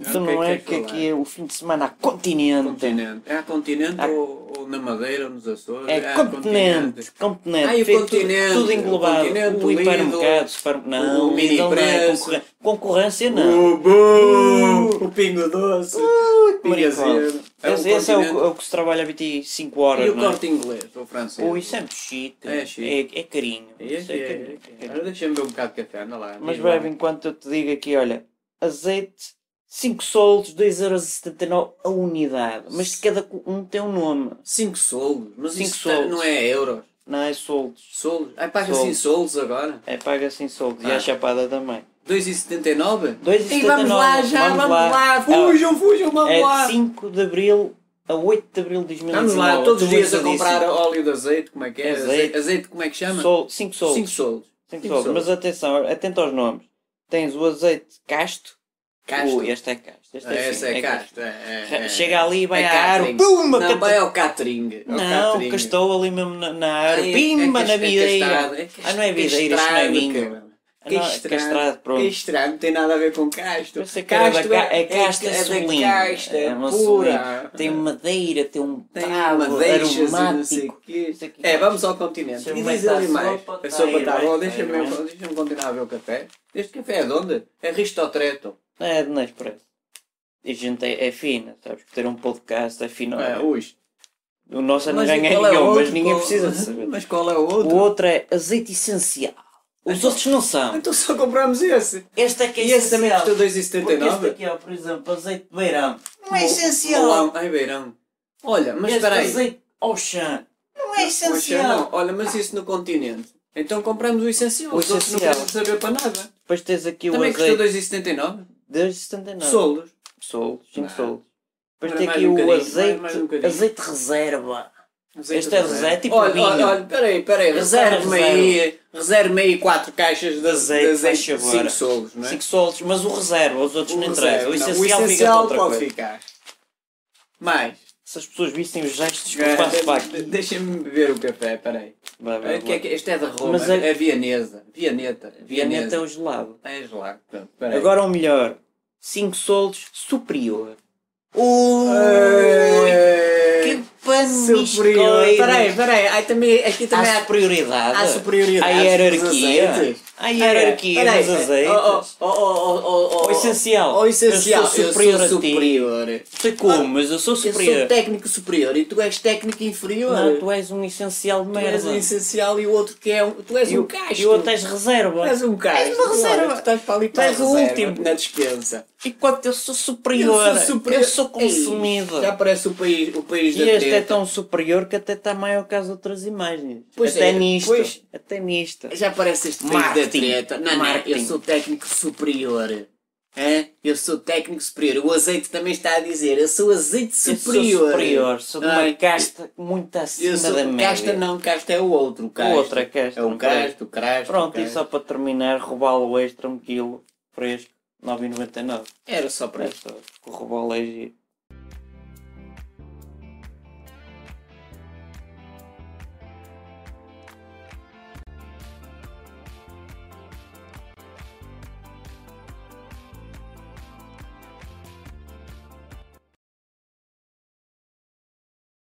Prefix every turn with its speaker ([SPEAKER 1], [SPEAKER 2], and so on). [SPEAKER 1] Então não é que aqui é o fim de semana a continente.
[SPEAKER 2] Continente. É a continente
[SPEAKER 1] Ah.
[SPEAKER 2] ou, ou na Madeira ou nos Açores?
[SPEAKER 1] É continente, continente.
[SPEAKER 2] Ah, e o
[SPEAKER 1] Fica tudo-
[SPEAKER 2] continente,
[SPEAKER 1] Tudo,
[SPEAKER 2] o
[SPEAKER 1] englobado.
[SPEAKER 2] continente,
[SPEAKER 1] o
[SPEAKER 2] o Lidl,
[SPEAKER 1] hipermercado, super... não,
[SPEAKER 2] o mini
[SPEAKER 1] Lidl não é
[SPEAKER 2] preço.
[SPEAKER 1] concorrência. Concorrência não.
[SPEAKER 2] O
[SPEAKER 1] Uh.
[SPEAKER 2] bom! Uh, O pingo doce! Uh, pinga
[SPEAKER 1] Maricó.
[SPEAKER 2] cedo. É
[SPEAKER 1] Esse, esse é, o,
[SPEAKER 2] continente.
[SPEAKER 1] é o que se trabalha 25 horas,
[SPEAKER 2] E o
[SPEAKER 1] não é?
[SPEAKER 2] corte inglês, ou francês?
[SPEAKER 1] Ou isso é mexite.
[SPEAKER 2] É chique.
[SPEAKER 1] É, é carinho. Isso
[SPEAKER 2] Este
[SPEAKER 1] é
[SPEAKER 2] é,
[SPEAKER 1] carinho,
[SPEAKER 2] este
[SPEAKER 1] é
[SPEAKER 2] é.
[SPEAKER 1] carinho.
[SPEAKER 2] Ora, Deixa-me ver um bocado de café, anda lá.
[SPEAKER 1] Mas
[SPEAKER 2] diz lá.
[SPEAKER 1] breve, enquanto eu te digo aqui, olha, azeite, 5 solos, 2,79€ a unidade. Mas de cada cu- um tem um nome.
[SPEAKER 2] 5 solos, mas
[SPEAKER 1] Cinco
[SPEAKER 2] isso
[SPEAKER 1] solos.
[SPEAKER 2] não é euros.
[SPEAKER 1] Não é solos.
[SPEAKER 2] Solos? Ai, paga
[SPEAKER 1] Solos.
[SPEAKER 2] assim solos agora.
[SPEAKER 1] É paga sem solos. E
[SPEAKER 2] Ah.
[SPEAKER 1] a chapada também.
[SPEAKER 2] 2,79?
[SPEAKER 1] 2,79.
[SPEAKER 2] E vamos lá já, vamos, lá.
[SPEAKER 1] É-
[SPEAKER 2] Fujam, fujam, vamos
[SPEAKER 1] É
[SPEAKER 2] lá.
[SPEAKER 1] de 5 de Abril a 8 de Abril de 2019.
[SPEAKER 2] Vamos lá, todos os dias a
[SPEAKER 1] Atualizadíssimo.
[SPEAKER 2] comprar óleo de azeite, como é que é?
[SPEAKER 1] Azeite.
[SPEAKER 2] Azeite, azeite como é que chama?
[SPEAKER 1] Sol, 5 solos.
[SPEAKER 2] 5 solos.
[SPEAKER 1] Cinco
[SPEAKER 2] cinco
[SPEAKER 1] solos.
[SPEAKER 2] solos.
[SPEAKER 1] Mas atenção, atento aos nomes. Tens o azeite casto.
[SPEAKER 2] Casto.
[SPEAKER 1] Ui, este é casto. Este
[SPEAKER 2] Ah,
[SPEAKER 1] é,
[SPEAKER 2] Essa
[SPEAKER 1] assim,
[SPEAKER 2] é casto. é, é, é.
[SPEAKER 1] Chega ali e vai
[SPEAKER 2] É
[SPEAKER 1] à
[SPEAKER 2] catering.
[SPEAKER 1] árvore. Pumba!
[SPEAKER 2] Não,
[SPEAKER 1] cata-
[SPEAKER 2] vai ao catering. ao
[SPEAKER 1] Não,
[SPEAKER 2] catering.
[SPEAKER 1] castou ali mesmo na, na
[SPEAKER 2] Ai,
[SPEAKER 1] árvore.
[SPEAKER 2] é-
[SPEAKER 1] Pimba
[SPEAKER 2] é cas-
[SPEAKER 1] na
[SPEAKER 2] é
[SPEAKER 1] videira.
[SPEAKER 2] castrado, é cas-
[SPEAKER 1] ah, não é videira, isto não é
[SPEAKER 2] castrado,
[SPEAKER 1] vinho.
[SPEAKER 2] caramba.
[SPEAKER 1] Ah, não, é castrado, pronto.
[SPEAKER 2] Castrado, não tem nada a ver com casto.
[SPEAKER 1] Essa cara da ca- é casta
[SPEAKER 2] é da
[SPEAKER 1] sublime.
[SPEAKER 2] casta, é
[SPEAKER 1] uma
[SPEAKER 2] pura.
[SPEAKER 1] sublime. Tem madeira, tem um
[SPEAKER 2] Tem assim,
[SPEAKER 1] travo
[SPEAKER 2] madeixas e não sei
[SPEAKER 1] aromático.
[SPEAKER 2] o quê.
[SPEAKER 1] Isso aqui.
[SPEAKER 2] Ah, É, vamos ao continente.
[SPEAKER 1] Isso é
[SPEAKER 2] E
[SPEAKER 1] uma
[SPEAKER 2] diz É ali
[SPEAKER 1] taça,
[SPEAKER 2] mais.
[SPEAKER 1] sopa,
[SPEAKER 2] A sopa
[SPEAKER 1] tá
[SPEAKER 2] está
[SPEAKER 1] aí,
[SPEAKER 2] boa,
[SPEAKER 1] tá aí,
[SPEAKER 2] deixa-me
[SPEAKER 1] vai.
[SPEAKER 2] deixa continuar a ver o café. Este café é de onde? É Ristotreto.
[SPEAKER 1] É de Nespresso. E a gente é, é fina, sabes? Ter um podcast é fino.
[SPEAKER 2] É, hoje.
[SPEAKER 1] O nosso não
[SPEAKER 2] Mas
[SPEAKER 1] ganha
[SPEAKER 2] e qual é o
[SPEAKER 1] nenhum, mas
[SPEAKER 2] outro?
[SPEAKER 1] ninguém
[SPEAKER 2] Qual-
[SPEAKER 1] precisa de saber.
[SPEAKER 2] Mas qual é o
[SPEAKER 1] O
[SPEAKER 2] outro?
[SPEAKER 1] outro é azeite essencial. Os outros não são.
[SPEAKER 2] Então só compramos esse.
[SPEAKER 1] Este é que é
[SPEAKER 2] E esse também
[SPEAKER 1] essencial.
[SPEAKER 2] custou
[SPEAKER 1] Porque este
[SPEAKER 2] 2,79?
[SPEAKER 1] aqui, ó, por exemplo, azeite de beirão. Não é
[SPEAKER 2] Mo-
[SPEAKER 1] essencial.
[SPEAKER 2] Molão. Ai, beirão. um Olha, mas
[SPEAKER 1] este
[SPEAKER 2] espera aí.
[SPEAKER 1] azeite Auchan. Não é
[SPEAKER 2] Poxa,
[SPEAKER 1] essencial.
[SPEAKER 2] não. Olha, mas isso no continente. Então compramos o essencial.
[SPEAKER 1] O
[SPEAKER 2] Os outros não
[SPEAKER 1] essencial.
[SPEAKER 2] precisam saber para nada.
[SPEAKER 1] Depois tens aqui
[SPEAKER 2] Também
[SPEAKER 1] o
[SPEAKER 2] custou
[SPEAKER 1] azeite
[SPEAKER 2] 2,79.
[SPEAKER 1] 2,79.
[SPEAKER 2] Solos.
[SPEAKER 1] Sol, 5
[SPEAKER 2] Ah.
[SPEAKER 1] solos. Depois
[SPEAKER 2] Ora,
[SPEAKER 1] tem
[SPEAKER 2] mais
[SPEAKER 1] aqui
[SPEAKER 2] um
[SPEAKER 1] o
[SPEAKER 2] bocadinho, mais-
[SPEAKER 1] azeite,
[SPEAKER 2] mais um bocadinho.
[SPEAKER 1] azeite reserva.
[SPEAKER 2] Azeite
[SPEAKER 1] Este é reserva, tipo
[SPEAKER 2] olha,
[SPEAKER 1] vinho.
[SPEAKER 2] olha, olha, peraí, peraí, reserve-me aí, reserve-me aí 4 caixas de azeite, de
[SPEAKER 1] Azeite,
[SPEAKER 2] azeite
[SPEAKER 1] faz favor.
[SPEAKER 2] 5 solos, não é?
[SPEAKER 1] 5 solos, mas o reserva, os outros não
[SPEAKER 2] reserve,
[SPEAKER 1] interessam. O
[SPEAKER 2] não,
[SPEAKER 1] essencial fica para
[SPEAKER 2] essencial
[SPEAKER 1] outra
[SPEAKER 2] pode
[SPEAKER 1] coisa.
[SPEAKER 2] ficar. Mais. Eh,
[SPEAKER 1] Se as pessoas vissem os gestos que eu faço para
[SPEAKER 2] De-
[SPEAKER 1] aqui.
[SPEAKER 2] Deixa-me beber o café, peraí.
[SPEAKER 1] Vai, vai,
[SPEAKER 2] É, que é que- este é da Roma,
[SPEAKER 1] Tá Mas
[SPEAKER 2] é,
[SPEAKER 1] é-
[SPEAKER 2] vienesa, vieneta,
[SPEAKER 1] Vianeta é
[SPEAKER 2] vienesa.
[SPEAKER 1] o gelado.
[SPEAKER 2] És lá, portanto, peraí.
[SPEAKER 1] Agora o melhor. 5 solos superior. Ui,
[SPEAKER 2] Ei,
[SPEAKER 1] que pano
[SPEAKER 2] superior. Peraí, peraí, aí também, aqui também
[SPEAKER 1] Há
[SPEAKER 2] há
[SPEAKER 1] superioridade.
[SPEAKER 2] há superioridade
[SPEAKER 1] Há
[SPEAKER 2] dos
[SPEAKER 1] é hierarquia.
[SPEAKER 2] azeites.
[SPEAKER 1] Há hierarquia
[SPEAKER 2] Peraí,
[SPEAKER 1] nos
[SPEAKER 2] peraí.
[SPEAKER 1] azeites.
[SPEAKER 2] Oh, É, oh, oh, oh, oh, oh, oh.
[SPEAKER 1] O essencial.
[SPEAKER 2] O essencial.
[SPEAKER 1] Eu sou superior
[SPEAKER 2] eu sou
[SPEAKER 1] a ti.
[SPEAKER 2] superior.
[SPEAKER 1] Tu como? Mas eu sou
[SPEAKER 2] Eu
[SPEAKER 1] superior.
[SPEAKER 2] sou um técnico superior e tu és técnico inferior.
[SPEAKER 1] Não, tu és um essencial de
[SPEAKER 2] Tu
[SPEAKER 1] merda.
[SPEAKER 2] és um essencial e o outro que é um. Tu és
[SPEAKER 1] E o-
[SPEAKER 2] um cacho.
[SPEAKER 1] E o outro és reserva.
[SPEAKER 2] Tu és um cacho.
[SPEAKER 1] És uma reserva.
[SPEAKER 2] Olha, tu estás para ali para
[SPEAKER 1] Tu és
[SPEAKER 2] a
[SPEAKER 1] o
[SPEAKER 2] reserva,
[SPEAKER 1] último.
[SPEAKER 2] Na despensa.
[SPEAKER 1] Enquanto eu sou superior. Eu sou,
[SPEAKER 2] superior.
[SPEAKER 1] consumido.
[SPEAKER 2] Ei, Já parece o país, o país
[SPEAKER 1] E
[SPEAKER 2] da
[SPEAKER 1] este é
[SPEAKER 2] treta.
[SPEAKER 1] tão superior que até está maior que as outras imagens.
[SPEAKER 2] Pois
[SPEAKER 1] até
[SPEAKER 2] é,
[SPEAKER 1] nisto.
[SPEAKER 2] pois- É
[SPEAKER 1] Até nisto.
[SPEAKER 2] Já parece este país
[SPEAKER 1] Marketing.
[SPEAKER 2] da treta. então. Não, não, eu
[SPEAKER 1] Marketing.
[SPEAKER 2] sou técnico superior. Hã? Eu sou técnico superior. O azeite também está a dizer. Eu sou azeite
[SPEAKER 1] Eu sou
[SPEAKER 2] superior.
[SPEAKER 1] superior. Sou de uma
[SPEAKER 2] Ai,
[SPEAKER 1] casta muito
[SPEAKER 2] Eu
[SPEAKER 1] acima
[SPEAKER 2] sou
[SPEAKER 1] da média.
[SPEAKER 2] casta não, casta é o outro. Casta.
[SPEAKER 1] outro é casta,
[SPEAKER 2] É o
[SPEAKER 1] não parece?
[SPEAKER 2] casto, o crasto.
[SPEAKER 1] Pronto,
[SPEAKER 2] o
[SPEAKER 1] e
[SPEAKER 2] casto.
[SPEAKER 1] só para terminar, robalo extra, um quilo, fresco, 9,99.
[SPEAKER 2] Era só para
[SPEAKER 1] Presta, o robalo é giro.